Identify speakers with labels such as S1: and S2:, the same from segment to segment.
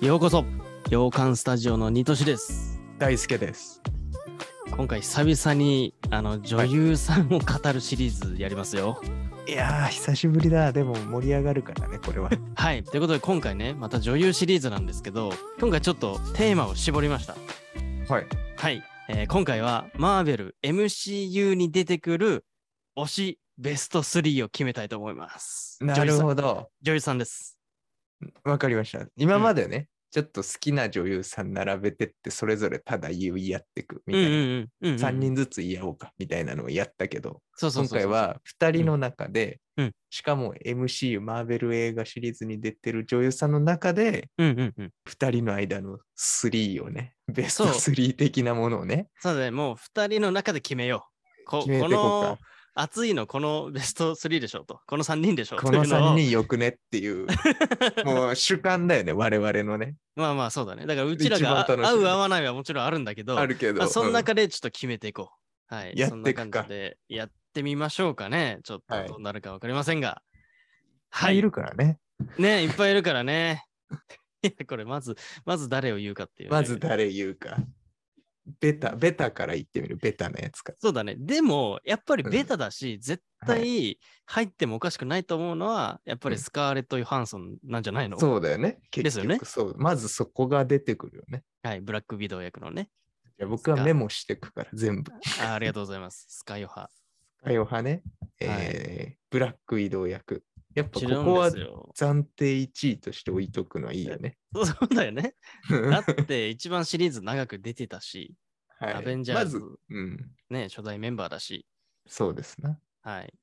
S1: ようこそ洋館スタジオのニトシです
S2: 大輔です。
S1: 今回久々にあの女優さんを語るシリーズやりますよ
S2: いやー、久しぶりだ。でも盛り上がるからね、これは。
S1: はい、ということで今回ねまた女優シリーズなんですけど今回ちょっとテーマを絞りました
S2: はい。
S1: はい、えー今回はマーベル MCU に出てくる推しベスト3を決めたいと思います
S2: なる
S1: ど
S2: ほど。
S1: 女優さんです
S2: わかりました。今までね、ちょっと好きな女優さん並べてって、それぞれただ言い合ってくみ
S1: うん
S2: た
S1: う
S2: い
S1: ん
S2: な。
S1: うんうんうん
S2: 3人ずつ言い合おうかみたいなのをやったけど、
S1: そうそうそうそう
S2: 今回は2人の中で、
S1: うんうん
S2: しかも MCU マーベル映画シリーズに出てる女優さんの中で
S1: うんうんうん
S2: 2人の間の3をねベス
S1: そ
S2: ト
S1: う
S2: 3的なものをね
S1: そうだねもう2人の中で決めようこ
S2: 決めてい
S1: こ
S2: こうか
S1: の熱いのこのベスト3でしょうとこの3人でしょう
S2: こと
S1: い
S2: の
S1: うのを
S2: 3人よくねっていう、もう主観だよね、我々のね。
S1: まあまあそうだねだからうちら
S2: 一番
S1: が
S2: 楽しみ
S1: 合う合わないはもちろんあるんだけど
S2: あるけ
S1: ま
S2: ど。
S1: あ、その
S2: うん
S1: 中でちょっと決めていこう。はい。
S2: やってくか
S1: そんな感じでやってみましょうかね。ちょっ
S2: はい
S1: とどうなるかわかりませんが。は。
S2: はいい、いるからね。
S1: ね、いっぱいいるからね。 いや、これまず、まず誰を言うかっていうね、
S2: まず誰言うか。ベタ、ベタから言ってみる、ベタなやつか
S1: そうだね。でも、やっぱりベタだし、絶対入ってもおかしくないと思うのは、やっぱり
S2: うん
S1: スカーレット・ヨハンソンなんじゃないの、
S2: ら。そうだよね。結局
S1: ですよね
S2: そう。まずそこが出てくるよね。
S1: はい。ブラック・ビドウ役のね。
S2: じゃあ僕は
S1: ですか
S2: メモしてくから、全部。
S1: あありがとうございます。スカヨハ。
S2: カヨハね、え
S1: はい
S2: ーブラック移動役。やっぱ
S1: 知
S2: こ
S1: らん
S2: こは
S1: ですよ。
S2: 暫定1位として置いとくのはいいよね。
S1: そうだよね。だ
S2: は
S1: って、一番シリーズ長く出てたし、
S2: い
S1: アベンジャーズ
S2: まず、うん、
S1: ね、初代メンバーだし。
S2: そうですな。
S1: はい。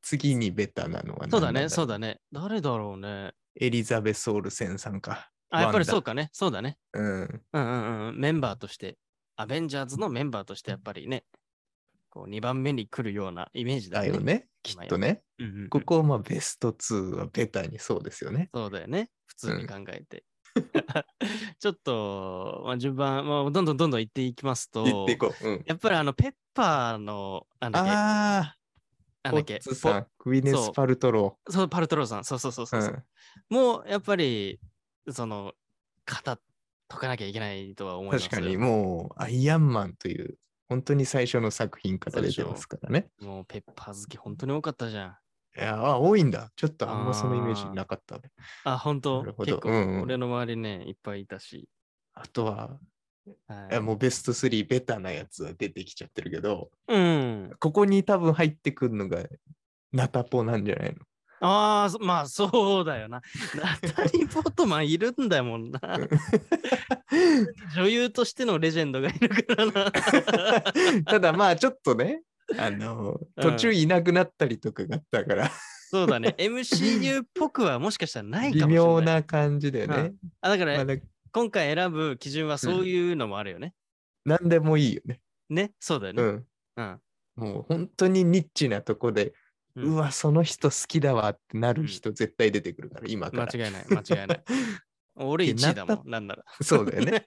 S2: 次にベタなのは何
S1: そうだ
S2: なんろ
S1: ね、そうだね。誰だろうね。
S2: エリザベス・オールセンさんか。
S1: あ、やっぱりそう
S2: か。
S1: かね。そうだね。
S2: うん。
S1: うんうんうん。メンバーとして、アベンジャーズのメンバーとして、やっぱりね、こう2番目に来るようなイメージだ
S2: だ
S1: よ
S2: よ
S1: ね。
S2: ね。きっとね。
S1: うんうんうん
S2: ここ、まあ、ベスト2はベタにそうですよね。
S1: そうだよね。普通に考えて。 ちょっと、まあ、順番、まあ、どんどんどんどん行っていきますと、
S2: 言っていこう。うん。
S1: やっぱりあの、ペッパーの、なんだっけ、
S2: あ
S1: な
S2: あ、
S1: ん
S2: ポ
S1: だっけ
S2: ッツさん、クイネ
S1: そう
S2: ス・パルトロ
S1: ポそう、パルトローさん、そうそうそう
S2: ー。。
S1: そうう、うんもう、やっぱり、その、型解かなきゃいけないとは思います
S2: 確かに、もう、アイアンマンという、本当に最初の作品から出てますからね。
S1: もうペッパー好き本当に多かったじゃん。
S2: いやー、あ多いんだ。ちょっとあんまそのイメージなかったね。
S1: あ、本当
S2: なるほ
S1: 結
S2: ど
S1: 構、
S2: うんうん
S1: 俺の周りね、いっぱいいたし。
S2: あとは、
S1: はい
S2: いやもうベスト3ベタなやつは出てきちゃってるけど、
S1: うん。
S2: ここに多分入ってくるのが、ナタポなんじゃないの
S1: ああ、そまあそうだよな。ナタリー・ポートマンいるんだもんな。女優としてのレジェンドがいるからな。
S2: ただまあちょっとね、あの、
S1: うん
S2: 途中いなくなったりとかがあったから、
S1: そうだね。MCU っぽくはもしかしたらない
S2: 微
S1: かもしれない。
S2: 妙な感じだよね。
S1: あだか
S2: ま
S1: ら
S2: あ、な
S1: 今回選ぶ基準はそういうのもあるよね。
S2: 何でもいいよね。
S1: ね、そうだよ
S2: う
S1: ね。
S2: ん。
S1: うん。
S2: もう本当にニッチなとこで、
S1: う
S2: うんわ、その人好きだわってなる人絶対出てくるから、今から。
S1: 間違いない、間違いない。俺
S2: で
S1: 1位だ
S2: ナ
S1: も
S2: タ
S1: ん、なんなら。
S2: そうだよね。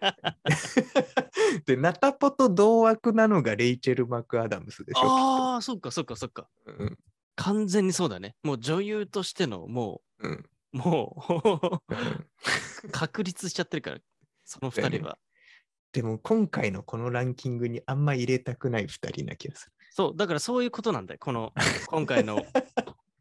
S2: で、ナタポと同枠なのがレイチェル・マクアダムスでしょ。
S1: ああ、そっかそっかそっか。
S2: きっとうん
S1: 完全にそうだね。もう女優としてのも
S2: うん
S1: う、も
S2: う
S1: う
S2: ん
S1: 確立しちゃってるから、その二
S2: だよ
S1: 人
S2: ね
S1: は。
S2: でも今回のこのランキングにあんま入れたくない2人な気がする。
S1: そう、だからそういうことなんだよ。この今回の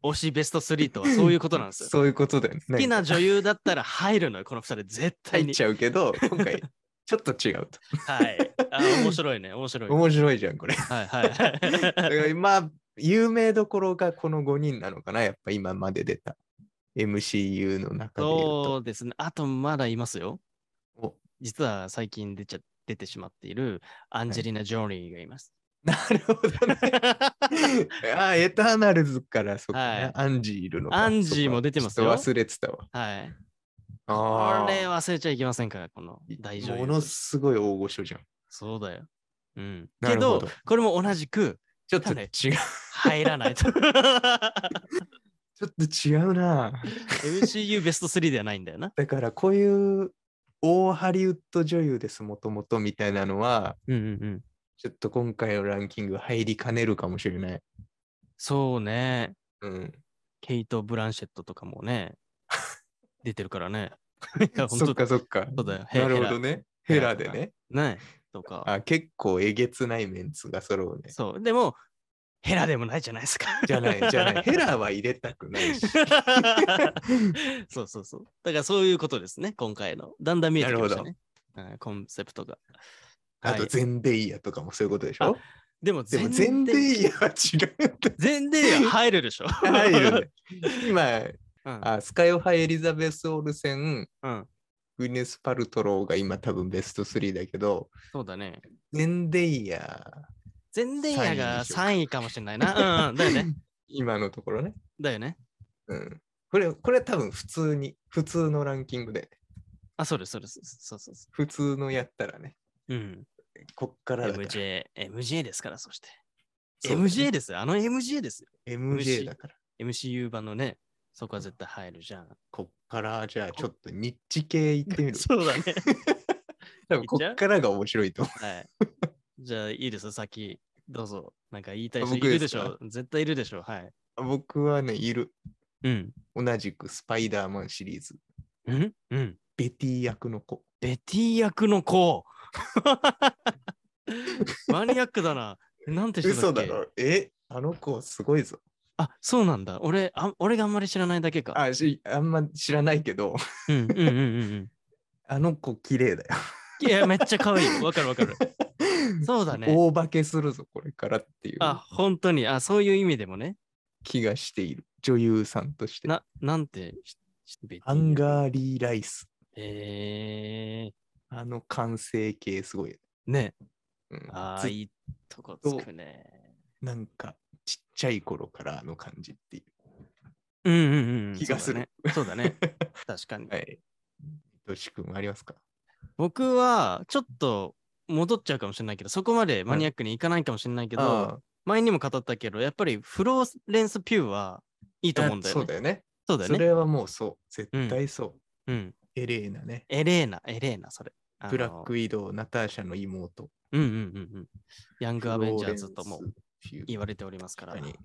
S1: 推しベスト3とはそういうことなんですよ。
S2: そういうことだよね。
S1: 好き
S2: なんか
S1: な女優だったら入るのよ、この二人、絶対
S2: 入
S1: に
S2: っ。ちゃうけ ど、今回ちょっと違うと。
S1: はい。あ面白いね、面白い。
S2: 面白いじゃん、 これ。
S1: はいはい
S2: だ
S1: は
S2: か
S1: い。
S2: らまあ、有名どころがこの5人なのかな、やっぱ今まで出た MCU の中で言う
S1: そ
S2: と。
S1: うですね。あとまだいますよ。
S2: お
S1: 実は最近出ちゃ出てしまっているアンジェリーナ・ジョリーがい ます。
S2: なるほど ね。ああ、エターナルズからそっか、
S1: はい
S2: アンジーいるのか。
S1: アンジーも出てますよ
S2: そっかちょっと忘れてたわ。
S1: はい。
S2: あ
S1: これ
S2: ー
S1: 忘れちゃいけませんから、この大女優
S2: ものすごい大御所じゃん。
S1: そうだよ。うん。
S2: な
S1: け
S2: るほ
S1: ど、
S2: ど
S1: これも同じく
S2: ちょっと
S1: だね
S2: 違う。ちょ
S1: 入らないと。
S2: っと違うな。
S1: MCU ベスト3ではないんだよな。
S2: だからこういう大ハリウッド女優です、もともとみたいなのは、
S1: うんうんうん。
S2: ちょっと今回のランキング入りかねるかもしれない。
S1: そうね。
S2: うん。
S1: ケイト・ブランシェットとかもね、出てるからね。いや、本
S2: そっ
S1: 当
S2: かそっか。
S1: そうだよ。ヘ
S2: な
S1: ラヘ
S2: るほ
S1: ラ
S2: どね。ヘラでね。
S1: ね。とか。
S2: あ、結構えげつないメンツが揃うね。
S1: そう。でも、ヘラでもないじゃないですか。
S2: じゃない、 じゃない。ヘラは入れたくないし。
S1: そうそうそう。だからそういうことですね、今回の。だんだん見えてきました
S2: な
S1: ね。うんコンセプトが。
S2: あ
S1: は
S2: と、
S1: い
S2: 全デイヤとかもそういうことでしょ
S1: でも
S2: でも、
S1: 全
S2: 全
S1: 然、
S2: デイヤは違うんだ。
S1: 全然入るでしょ。
S2: 入るね。今、
S1: うん
S2: あスカイオハイエリザベス・オルセン、
S1: うん。
S2: ウィネス・パルトローが今多分ベスト3だけど、
S1: そうだね。
S2: 全デイヤ
S1: 全然やが
S2: 三
S1: 3位かもしれないな。うんうん、だよね。
S2: 今のところね。
S1: だよね。
S2: うん。これ、これは多分普通に、普通のランキングで、
S1: あ、そうです、そうです。そうそうそ
S2: 普通のやったらね、
S1: う。うん。
S2: こっからだから
S1: MJ、MJ ですから、そして。
S2: そうだね
S1: MJ ですよ。あの MJ ですよ。
S2: MJ だから。
S1: MCU 版のね、そこは絶対入るじゃん。
S2: こっから、じゃあちょっとニッチ系行ってみる。
S1: そうだね。
S2: 多分こっからが面白いと思
S1: はい。 じゃあ、いいですよ、先。どうぞ。なんか言いたい
S2: あ
S1: 人い
S2: 僕
S1: る
S2: で
S1: ですし
S2: か
S1: ょう。絶対いるでしょう。はい。
S2: う。僕はね、いる。
S1: うん。
S2: 同じくスパイダーマンシリーズ。
S1: うんうん。
S2: ベティ役の子。
S1: ベティ役の子。 マニアックだな。なんて人だ
S2: 嘘
S1: っけ
S2: だろ。えあの子すごいぞ。
S1: あ、そうなんだ。俺あ、俺があんまり知らないだけか。
S2: あしあんま知らないけど、
S1: うんうんうんうん
S2: あの子綺麗だよ。
S1: うん。いや、めっちゃ可愛いよ。わかるわかる。そうだね
S2: 大化けするぞ、これからっていう
S1: あ、本当に。あ、そういう意味でもね。
S2: 気がしている。女優さんとして。
S1: な、なんて、
S2: アン
S1: ー。
S2: ガーリー・ライス。
S1: え
S2: あの完成形すごいよ。
S1: ー、ね。
S2: うん
S1: あ
S2: ず
S1: あ、
S2: っ
S1: いいとこつくね。
S2: なんかちっちゃい頃からあの感じっていう。
S1: うんうんうんうん。
S2: 気がする
S1: そうだね。そうだね 確かに。
S2: はい。とし君ありますか
S1: 僕は、ちょっと戻っちゃうかもしれないけど、そこまでマニアックにいかないかもしれないけど、
S2: ああ
S1: 前にも語ったけど、やっぱりフローレンス・ピューはいいと思うんだよ
S2: そ
S1: ね。
S2: うだよね。
S1: そうだよ
S2: そ
S1: ね。
S2: れはもうそう。絶対そう。
S1: うん。
S2: エレーナね。
S1: エレーナ、エレーナ、それ。あの
S2: ブラックウィドウ、ナターシャの妹。
S1: うんうんうんうん。ヤング・アベンジャーズとも
S2: フローレンスフュー
S1: 言われておりますから。
S2: 確かに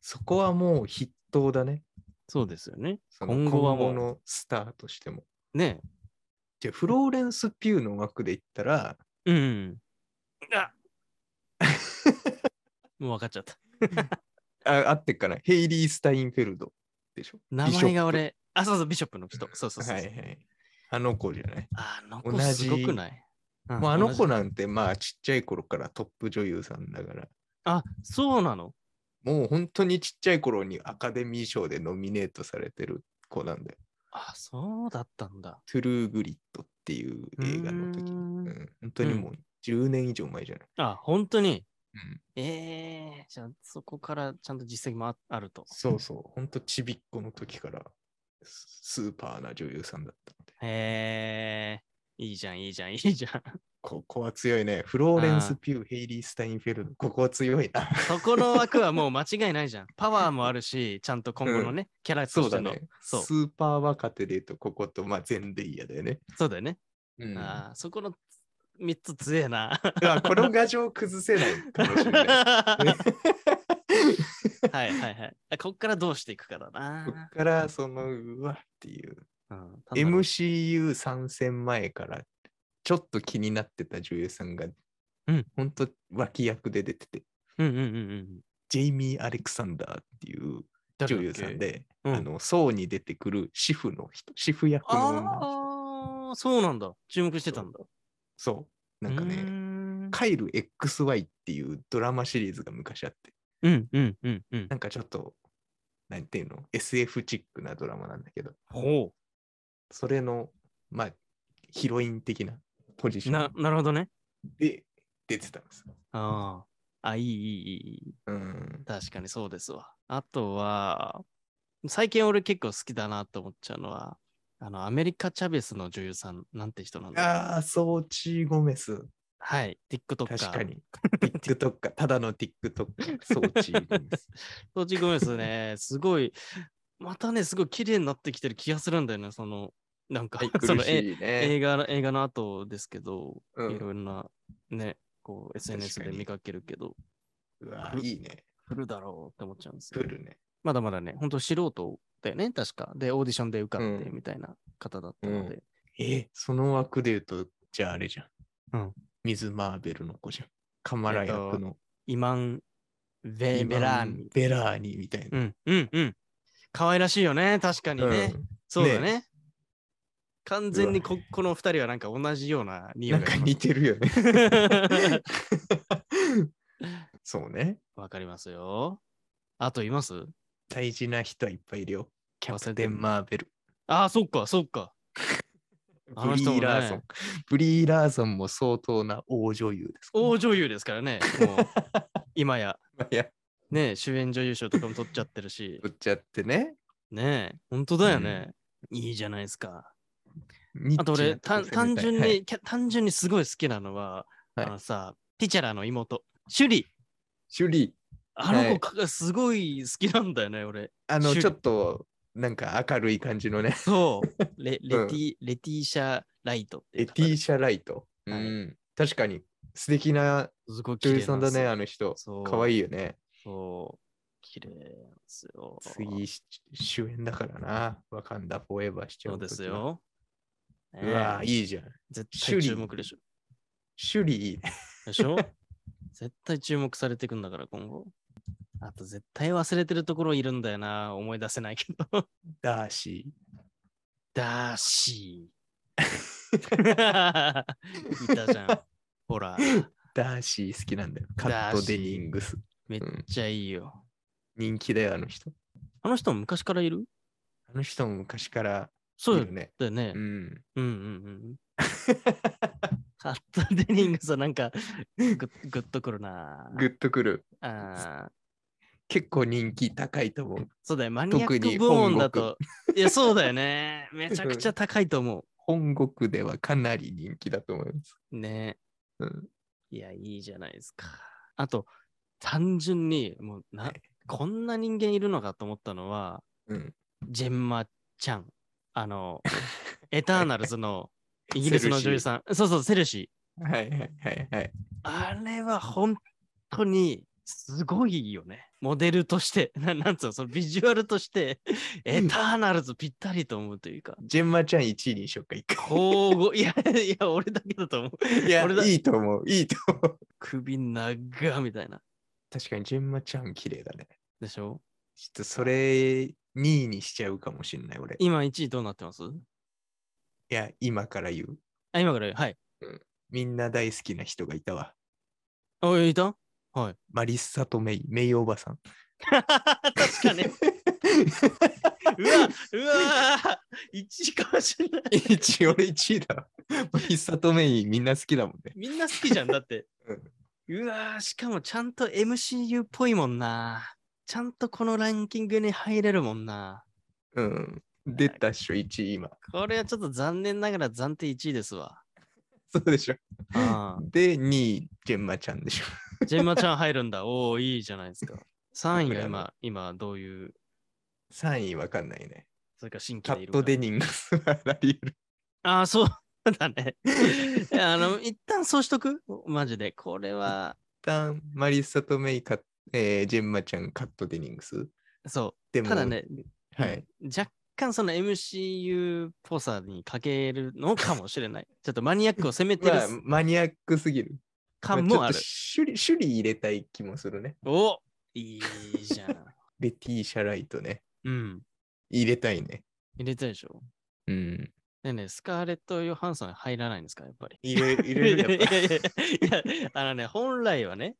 S2: そこはもう筆頭だね。
S1: そうですよね。
S2: その
S1: 今後はもう
S2: 今後のスターとしても。
S1: ね
S2: じゃあフローレンス・ピューの枠で言ったら、
S1: え。うん、うん。 あもう分かっちゃった。
S2: あ、合ってっかな。ヘイリー・スタインフェルドでしょ。
S1: 名
S2: ビショッ
S1: 前
S2: プ
S1: が。俺、あ、そうそう、ビショップの人。そうそうそう。
S2: はいはい。あの子じゃない。
S1: あの
S2: 同
S1: 子
S2: じ
S1: すごくない、うん
S2: もうあの
S1: 同
S2: 子
S1: じ
S2: なんて、まあちっちゃい頃からトップ女優さんだから、
S1: あ、そうなの
S2: もう本当にちっちゃい頃にアカデミー賞でノミネートされてる子なんだよ。
S1: あ、そうだったんだ。
S2: トゥルー・グリッドっていう映画の時。
S1: うー
S2: うんん、本当にもう10年以上前じゃない。
S1: あ、本当に。
S2: うん
S1: ええじゃあそこからちゃんと実績もああると。
S2: そう そう、ほんとちびっこの時からススーパーな女優さんだったので、
S1: へえいいじゃん、いいじゃん、いいじ ゃん。
S2: ここは強いね。フローレン
S1: あ
S2: ス・
S1: ー
S2: ピュー、ヘイリー・スタインフェルド、ここは強いな。
S1: そこの枠はもう間違いないじゃん。パワーもあるし、ちゃんと今後のね、キャラと
S2: そう
S1: して
S2: だ
S1: の。
S2: ね。ス
S1: そう
S2: ーパー若手で言うと、ここと、まあ、全デイヤだよね。
S1: そうだよね。
S2: うん、
S1: あーそこの3つ強えな。
S2: あこの牙城崩せないかもしれな い。
S1: はいはいはい。あこっからどうしていくかだ
S2: こ
S1: な
S2: っ。から、その、うわっていう。
S1: うん、
S2: MCU 参戦前から、ちょっと気になってた女優さんが、
S1: うん、
S2: ほんと脇役で出てて、
S1: うんうんうんうん。
S2: ジェイミー・アレクサンダーっていう
S1: 誰
S2: 女
S1: だっ
S2: 優
S1: け
S2: さん。で、
S1: うん
S2: あの、ソーに出てくるシフの人、シフ役の女の人
S1: ああ、そうなんだ。注目してたんだ。
S2: そう、なんか
S1: うー
S2: ね、
S1: ん
S2: カイル XY っていうドラマシリーズが昔あって、
S1: うんうんうんうん
S2: な。んかちょっと、なんていうの、SF チックなドラマなんだけど、
S1: ほ
S2: それの、まあ、ヒロイン的なポジシ
S1: う。
S2: ョ
S1: な
S2: ン、
S1: なるほどね。
S2: で出てたんです。
S1: ああ。あ、いいいいいいいい。
S2: うん。
S1: 確かにそうですわ。あとは、最近俺結構好きだなと思っちゃうのは、あの、アメリカ・チャベスの女優さん、なんて人なんだろう
S2: ああ、ソーチー・ゴメス。
S1: はい、TikTok。
S2: 確か。に。TikTok ただの TikTok、ソーチー・ゴメス。
S1: そうちごめんです ね。すごい、またね、すごい綺麗になってきてる気がするんだよね。その、なんか、その、え
S2: いね。
S1: 映画の、映画の後ですけど、
S2: うん
S1: いろんな、ね、こう、SNS
S2: 確か
S1: で
S2: に
S1: 見かけるけど、
S2: うわいいね。
S1: 来るだろうって思っちゃうんですよ
S2: 来。るね。
S1: まだまだね、ほんと素人ったよね、確か。で、オーディションで受かって
S2: うん
S1: みたいな方だったので。
S2: え、その枠で言うと、じゃああれじゃん。
S1: うん。
S2: ミズ・マーベルの子じゃん。カマラ役の。
S1: イマン・ベベラーニ。
S2: ベラーニみたいうな。
S1: ん、うん、うん。可愛らしいよね、確かにね。
S2: うん
S1: そうだね。
S2: ね
S1: 完全にここの二人はなんか同じような匂
S2: ないん
S1: が
S2: か
S1: し
S2: 似てる よね。
S1: ます。
S2: そうね。
S1: わかりますよ。あといます
S2: 大事な人はいっぱいいるよ。キャ
S1: 忘れ
S2: プ
S1: て
S2: テ
S1: る
S2: ン・マーベル。
S1: ああ、そっか、そっか。あの
S2: ブリ
S1: 人もね
S2: ー・ラーソン。ブリー・ラーソンも相当な大女優です、
S1: 大女優ですからね、も う今や。
S2: いや、
S1: ね主演女優賞とかも取っちゃってる し。
S2: 取っちゃってね。
S1: ねえ、本当だよね。いいじゃないですか。
S2: ニッチな
S1: あと俺、
S2: こ
S1: 単
S2: 攻めたい
S1: 単純に、
S2: はい
S1: キャ単純にすごい好きなのは、
S2: はい
S1: あのさ、ティチャラの妹、シュリ。
S2: シュリー。
S1: あの
S2: はい
S1: 子か、すごい好きなんだよね、俺。
S2: あの、
S1: シュリー
S2: ちょっと、なんか明るい感じのね。
S1: そう。レレ
S2: うん
S1: ティ、レティーシャ・ライトってい
S2: エ
S1: う
S2: ティーシャ・ライト。
S1: はい
S2: うん。確かに、素敵な
S1: すごい綺
S2: 女優
S1: 麗
S2: さんだね、あの人。
S1: そう
S2: 可愛いよね。
S1: そう。綺麗なんですよ。
S2: 次、し主演だからな。わかんだ、フォーエバーしちゃ
S1: そうう
S2: と
S1: で
S2: きは。
S1: すよ。ねえ
S2: うわー、いいじゃん。
S1: 絶
S2: シュ
S1: 対
S2: リ
S1: 注目でしょ。
S2: シュリーいいね。
S1: でしょ 絶対注目されていくんだから、今後。あと、絶対忘れてるところいるんだよな。思い出せないけど。
S2: ダーシ
S1: ダー シー。いたじゃん。ほら、
S2: ー。ダーシー好きなんだよ。カット・デニングス。
S1: めっ
S2: うん
S1: ちゃいいよ。
S2: 人気だよ、あの人。
S1: あの人も昔からいる
S2: あの人も昔から
S1: そうよ
S2: いるね。
S1: だよね
S2: う。
S1: う
S2: ん。
S1: んうんうん。カットデニングさ、なんかグッ、グッとくるな。
S2: グッとくる。
S1: あー
S2: 結構人気高いと思う。
S1: そうだよ、マニア
S2: 特
S1: ック
S2: に
S1: 部門だ
S2: 本国
S1: と。いや、そうだよね。めちゃくちゃ高いと思
S2: 本国ではかなり人気だと思います。
S1: う。ね。
S2: うん、
S1: いや、いいじゃないですか。あと、単純に、もうな、こんな人間いるのかと思ったのは、
S2: うん。
S1: ジェンマちゃん。あ の、エターナルズのイギリスの女優さん。そうそう、セルシー。
S2: はいはいはいはい。
S1: あれは本当にすごいよね。モデルとして、 ななんつうの、そのビジュアルとして、エターナルズぴったりと思うというか、
S2: ジェンマちゃん1位にしようか、一回。
S1: 交互、いや、いや、俺だけだと思う。
S2: い や
S1: 俺、だ
S2: いいと思う。いいと思う。
S1: 首長みたいな。
S2: 確かにジェンマちゃん綺麗だね。
S1: でしょ
S2: ちょっとそれ2位にしちゃうかもしれない、俺。い
S1: 今1位どうなってます
S2: や、今から言う。
S1: あ、今から、はい。
S2: みんな大好きな人がいたわ。
S1: あ、いた
S2: マリッサとメイ、メイおばさん。
S1: 確かに。うわ、うわ、1位かもしれない。
S2: 一応俺1位だわ。マリッサとメイみんな好きだもんね。
S1: みんな好きじゃん、だって。うわー、しかもちゃんと MCU っぽいもんな。ちゃんとこのランキングに入れるもんな。
S2: うん。出たっしょ、1位今。
S1: これはちょっと残念ながら暫定1位ですわ。
S2: そうでしょ。
S1: あ
S2: で、2位、ジェンマちゃんでしょ。
S1: あジェンマちゃん入るん だ。おお、いいじゃないですか。3位が
S2: 僕ら
S1: 今、今どういう、
S2: 3位わかんないね。
S1: それから新規
S2: キャ
S1: でい
S2: ッ
S1: るか
S2: ト・デニングスはあり得る。
S1: ああ、そうだ ね。いやあの、一旦そうしとくマジで。これは、
S2: 一旦マリッサとメイカ、えージェンマちゃん、カット・デニングス。
S1: そ
S2: で
S1: う。
S2: も、
S1: ただね、
S2: はい。
S1: 若干その MCU っぽさに欠けるのかもしれない。 ちょっとマニアックを攻めてる
S2: まあ、マニアックすぎる。
S1: 感
S2: ま
S1: もあ
S2: あ
S1: る
S2: ちょっと。種類種類入れたい気もするね。
S1: おいいじ ゃん。
S2: ベティ・シャライトね。
S1: うん。
S2: 入れたいね。
S1: 入れたでしょ。
S2: うん。
S1: ねえねえ、スカーレット・ヨハンソン入らないんですかやっぱり。
S2: 入れ入れるやっぱ。
S1: いやいやいや、あのね、本来はね、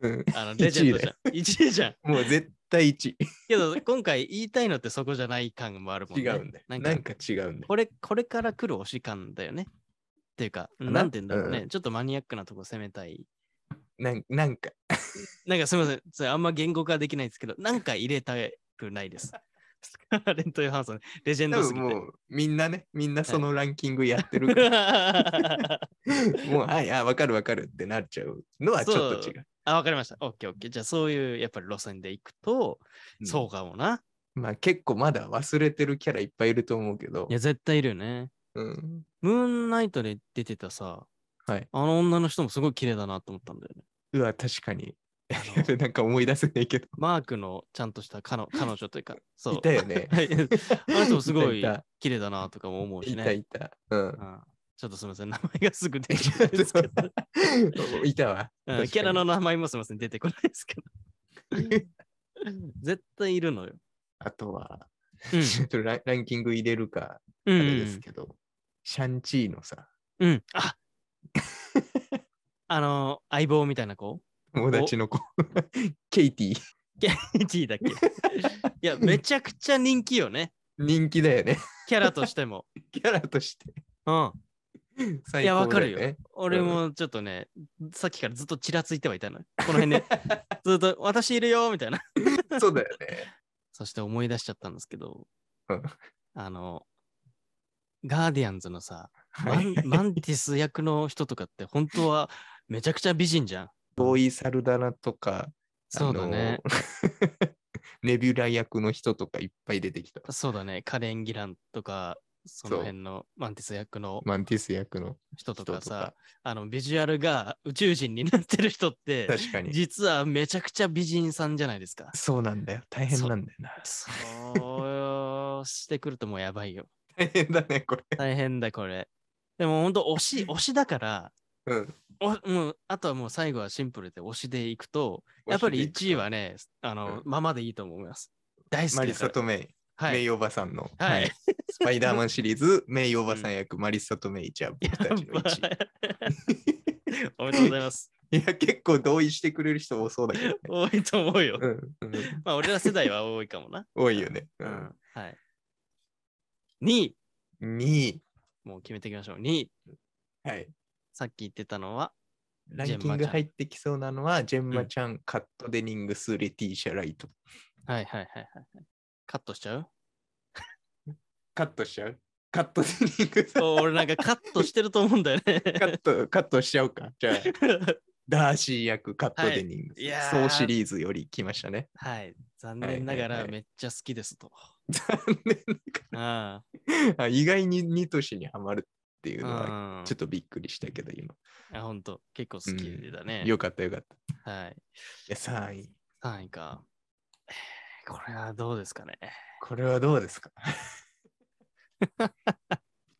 S2: うん、
S1: あのレジェンドじゃん。1位じゃん。
S2: もう絶対1
S1: けど、今回言いたいのってそこじゃない感もあるもん
S2: 違
S1: ね。
S2: うんだよ。
S1: な
S2: なんん
S1: か、
S2: か違うんだよ。
S1: これ、これから来る推し感だよね。っていうか、
S2: な
S1: なんて言うんだろうね。
S2: う
S1: ちょっとマニアックなとこ攻めたい。
S2: なんなんか、
S1: なんかすみませんそれ。あんま言語化できないんですけど、なんか入れたくないです。 スカーレット・ヨハンソン、レジェン
S2: 多
S1: ドす
S2: 分
S1: ぎ
S2: も
S1: て。
S2: うみんなね、みんなそのランキングやってる から、もう、はい、あ、わかるわかるってなっちゃうのはちょっと違う。
S1: あ、わかりました。オッケーオッケー。じゃあそういうやっぱり路線で行くと、そうかもな。
S2: うん。まあ結構まだ忘れてるキャラいっぱいいると思うけど
S1: いや、、絶対いるよね。
S2: うん、
S1: ムーンナイトで出てたさ、
S2: はい
S1: あの女の人もすごい綺麗だなと思ったんだよね。
S2: うわ、確かに。
S1: あの
S2: なんか思い出せないけど。
S1: マークのちゃんとした彼女彼女というか、そう。。
S2: いたよね
S1: はい あの人もすごい
S2: いた
S1: 綺麗だなとかも思う
S2: い、
S1: したね。
S2: いた。うん。
S1: うんちょっとすみません、名前がすぐ出てこないですけど。
S2: いたわ。
S1: うんキャラの
S2: 確
S1: 名前もすみません、出てこないですけど。
S2: かに。
S1: 絶対いるのよ。
S2: あとは、
S1: うん
S2: ちょっとランランキング入れるか、
S1: う
S2: あ
S1: ん
S2: れですけど、シャンチーのさ、
S1: うん。あ あの、相棒みたいな 子
S2: 友達の子、 ケイティ、
S1: ?1 位だっけ いや、めちゃくちゃ人気よね。
S2: 人気だよね。
S1: キャラとしても。
S2: キャラとして
S1: うん。い
S2: 最
S1: や、
S2: 高
S1: わか
S2: だ
S1: る
S2: よ
S1: よ
S2: ね。。
S1: 俺もちょっとね、さっきからずっとちらついてはいたのよ。この辺 で、ずっと私いるよみたいな。
S2: そうだよ ね。
S1: そして思い出しちゃったんですけど
S2: うん、
S1: あの、ガーディアンズのさ、マ
S2: は
S1: ン
S2: い。
S1: マンティス役の人とかって本当はめちゃくちゃ美人じゃん。
S2: ボーイ・サルダナとか、
S1: そうだね。
S2: あの。 ネビュラ役の人とかいっぱい出てきた。
S1: そうだね。カレン・ギランとか、その辺のマンティス役の
S2: マンティス役の
S1: 人と
S2: 人と
S1: か
S2: か。
S1: さ、あのビジュアルが宇宙人になってる人って、
S2: 確かに。
S1: 実はめちゃくちゃ美人さんじゃないですか。
S2: そうなんだよ。大変なんだよな。
S1: そうしてくるともうやばいよ。
S2: 大変だね、これ。
S1: 大変だこれ。でも本当推し、推しだから、
S2: うん。
S1: おもうあとはもう最後はシンプルで推しでいくと、やっぱり1位はね、あの、ままでいいと思います。大好
S2: マ
S1: き
S2: リ
S1: だか
S2: サ
S1: ら。
S2: とメイ。
S1: は
S2: メ
S1: い。
S2: イおばさんの、
S1: はい。
S2: スパイダーマンシリ ーズ、メイおばさん役、マリサとメイじゃあ僕たちの1
S1: おめでとうございます。
S2: 位。いや、結構同意してくれる人多そうだけ どね。
S1: 多いと思うよ
S2: う。ん、うん
S1: まあ、俺ら世代は多いかもな。
S2: 多いよね。う
S1: うんん。はい。2位、
S2: 2位。
S1: もう決めていきましょう。2位、
S2: はい。
S1: さっき言ってたのは、
S2: ランキング入ってきそうなのは、ジェンマちゃん、カット・デニングス、レティーシャ・ライト。
S1: はいはいはいはいはい。カットしちゃう
S2: カットしちゃうカット・デニングス。
S1: お俺なんかカットしてると思うんだよね。
S2: カット、カットしちゃうか。じゃあ、 ダーシー役、カット・デニングス。
S1: はいいやー
S2: そうシリーズより来ました ね。
S1: はい。残念なが
S2: はいはい
S1: ら
S2: はい
S1: めっちゃ好きですと。
S2: 残念
S1: あ
S2: ながら意外に2都市にはまるっていうのは、
S1: あ。
S2: ちょ
S1: っ
S2: っとびっくりしたけど、今。
S1: と。本当結構好きだね。
S2: よかったよかった。
S1: はい。
S2: いや、3位。
S1: 3位 か。えーこれはどうですかね。
S2: これはどう ですか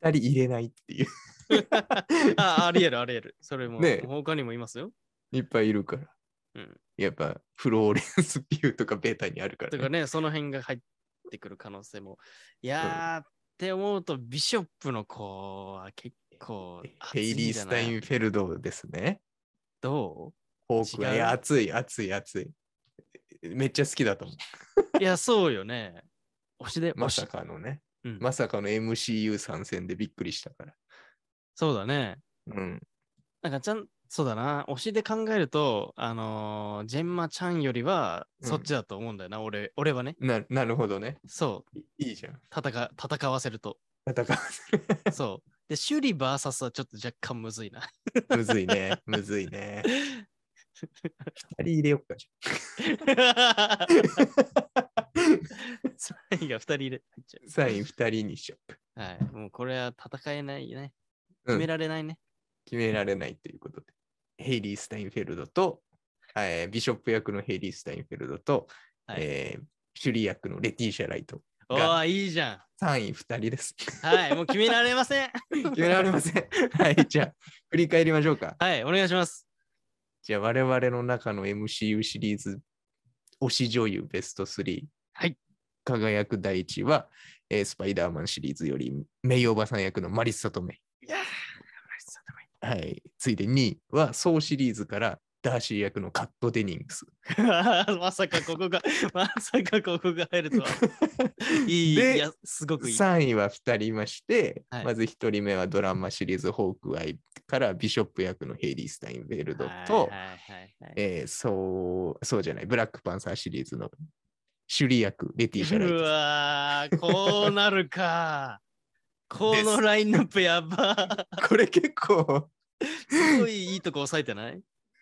S2: 二人入れないっていう。
S1: あ、ありえるありえる。それも、
S2: ねえ
S1: 他にもいますよ。
S2: いっぱいいるから。
S1: うん
S2: やっぱ、フローレンス・ピューとかベタにあるか
S1: と
S2: ら、
S1: か
S2: ね。
S1: ね、その辺が入ってくる可能性も。いやー、って思うと、ビショップの子は結構熱
S2: ヘイ
S1: い
S2: リ
S1: ん
S2: ー・
S1: じゃ
S2: ス
S1: な
S2: タ
S1: い。
S2: インフェルドですね。
S1: ど
S2: ホークは
S1: 違う
S2: いや、熱い、熱い、熱い。めっちゃ好きだと思う。
S1: ういや、そうよね。推 しで、
S2: ま
S1: 推し
S2: さかのね。
S1: うん
S2: まさかの MCU 参戦でびっくりしたから。
S1: そうだね。
S2: うん。
S1: なんかちゃん、そうだな、推しで考えると、あのージェンマちゃんよりは、
S2: うん
S1: そっちだと思うんだよな、俺、俺はね。
S2: ななるほどね。
S1: そ
S2: いいいじゃん。
S1: う、戦、戦わせると。
S2: 戦わ
S1: そう。で、シュリバーサスはちょっと若干むずいな。
S2: せむずいね。むずいね。二人入れよっかじ
S1: 3位が2人入れ入っちゃ
S2: ゃん。サイン二人にしよう。
S1: う。はい。もうこれは戦えないね。
S2: うん
S1: 決められないね。
S2: 決められないということで、ヘイリー・スタインフェルドと、えービショップ役のヘイリー・スタインフェルドと、
S1: はい
S2: えーシュリー役のレティーシャ・ライト、
S1: おー、いいじゃ
S2: 3位2 人です。
S1: ん。はい。もう決められません。
S2: 決められません。はい、じゃあ、振り返りましょうか。
S1: はい。お願いします。
S2: じゃあ、我々の中の MCU シリーズ、推し女優ベスト3。
S1: はい。
S2: 輝く第一位は、えースパイダーマンシリーズより、メイおばさん役のマリッサとメイ。
S1: いやー、
S2: はい。ついで2位は、ソーシリーズから、ダーシー役のカット・デニングス。
S1: まさかここが、まさかここが入るとは。いい、い
S2: で
S1: や、すごくいい。
S2: 3位は2人いまして、
S1: はい
S2: まず1人目はドラマシリーズ「ホークアイ」からビショップ役のヘイリー・スタインベルド
S1: はいは
S2: と、
S1: いはいはい
S2: えーそうそうじゃないブラックパンサーシリーズのシュリ役レティーシャライ
S1: う
S2: ト
S1: わー、こうなるか。このラインナップやば。
S2: これ結構
S1: すごいいいとこ抑えてない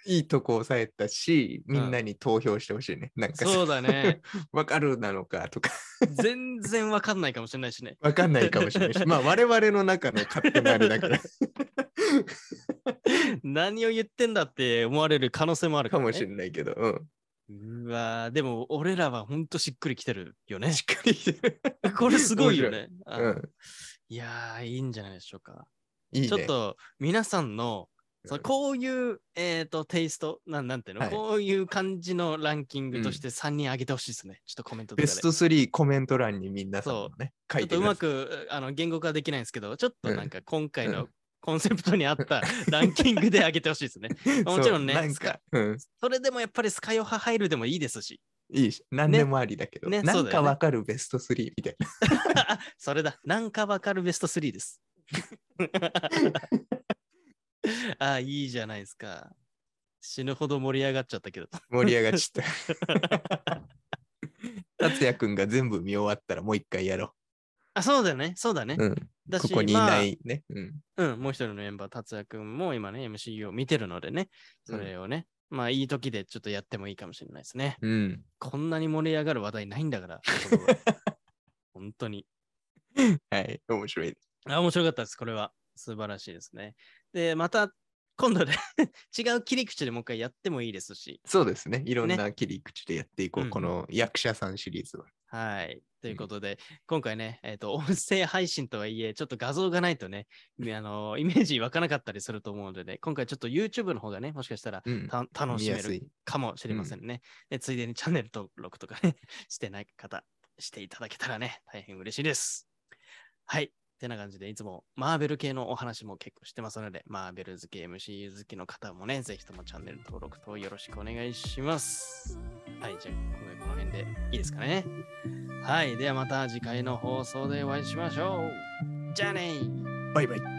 S2: いいとこ抑えたしみんなに投票してほしいね、なんかさ
S1: そうだ ね。
S2: わかるなのかとか
S1: 全然わかんないかもしれないしね。
S2: わかんないかもしれないしまあ我々の中の勝手なあれだから
S1: 何を言ってんだって思われる可能性もある
S2: か
S1: から、ね。
S2: もしれないけど、うん。
S1: うわーでも俺らはほんとしっくりきてるよね。
S2: しっかりしてる。
S1: これすごいよね。あ
S2: う
S1: の
S2: ん。
S1: いやー、いいんじゃないでしょうか。
S2: いいね。
S1: ちょっと皆さんの、
S2: うん
S1: そのこういう、えー、とテイストなん、なんていうの、
S2: はい
S1: こういう感じのランキングとして3人上げてほしいですね。ちょっとコメントと
S2: ベ
S1: かで。
S2: ス
S1: ち
S2: ト3コメント欄にみんなさんもね、書
S1: ょ
S2: い
S1: ってとう
S2: く
S1: ま
S2: ださい。
S1: くあの言語化できないんですけど、ちょっとなんか今回
S2: う
S1: のコンセプトに合 ったランキングで上げてほしいですね。もちろんね
S2: そうなん
S1: スカ
S2: か、うん、
S1: それでもやっぱりスカヨハ入るでもいいですし、
S2: いいし、何でもありだけど、
S1: ねね
S2: な
S1: そうんだ
S2: か
S1: よね
S2: わかるベスト3みたいな。
S1: あそれだ、なんかわかるベスト3です。 あいいじゃないですか。死ぬほど盛り上がっちゃったけど。
S2: 盛り上がっち ゃった。達也くんが全部見終わったらもう一回やろ
S1: あ、そうだよね、そうだね。
S2: う。うん、
S1: だ
S2: こ
S1: し
S2: こにいないね。うん
S1: まあうん、もう一人のメンバー、達也くんも今ね、MC を見てるのでね、それをね、まあいい時でちょっとやってもいいかもしれないですね。
S2: うん。
S1: こんなに盛り上がる話題ないんだ から、ここが本当に。
S2: はい、面白い。
S1: あ、面白かったです、これは。素晴らしいですね。で、また今度ね、 違う切り口でもう一回やってもいいですし、
S2: そうですね。いろん
S1: ね
S2: な切り口でやっていこう。
S1: うん
S2: この役者さんシリーズは。
S1: はい。ということで、今回ね、えっ、と、音声配信とはいえ、ちょっと画像がないとね、み あのーイメージ湧かなかったりすると思うのでね、今回ちょっと YouTube の方がね、もしかしたら
S2: うん。
S1: た楽しめ
S2: 見やす
S1: る
S2: い
S1: かもしれませんね、でついでにチャンネル登録とかね、 してない方、していただけたらね、大変嬉しいです。はい。てな感じで、いつもマーベル系のお話も結構してますので、マーベル好き、MCU 好きの方もね、ぜひともチャンネル登録とよろしくお願いします。はい、じゃあ今回この辺でいいですかね。はい、ではまた次回の放送でお会いしましょう。じゃあねー
S2: バイバイ。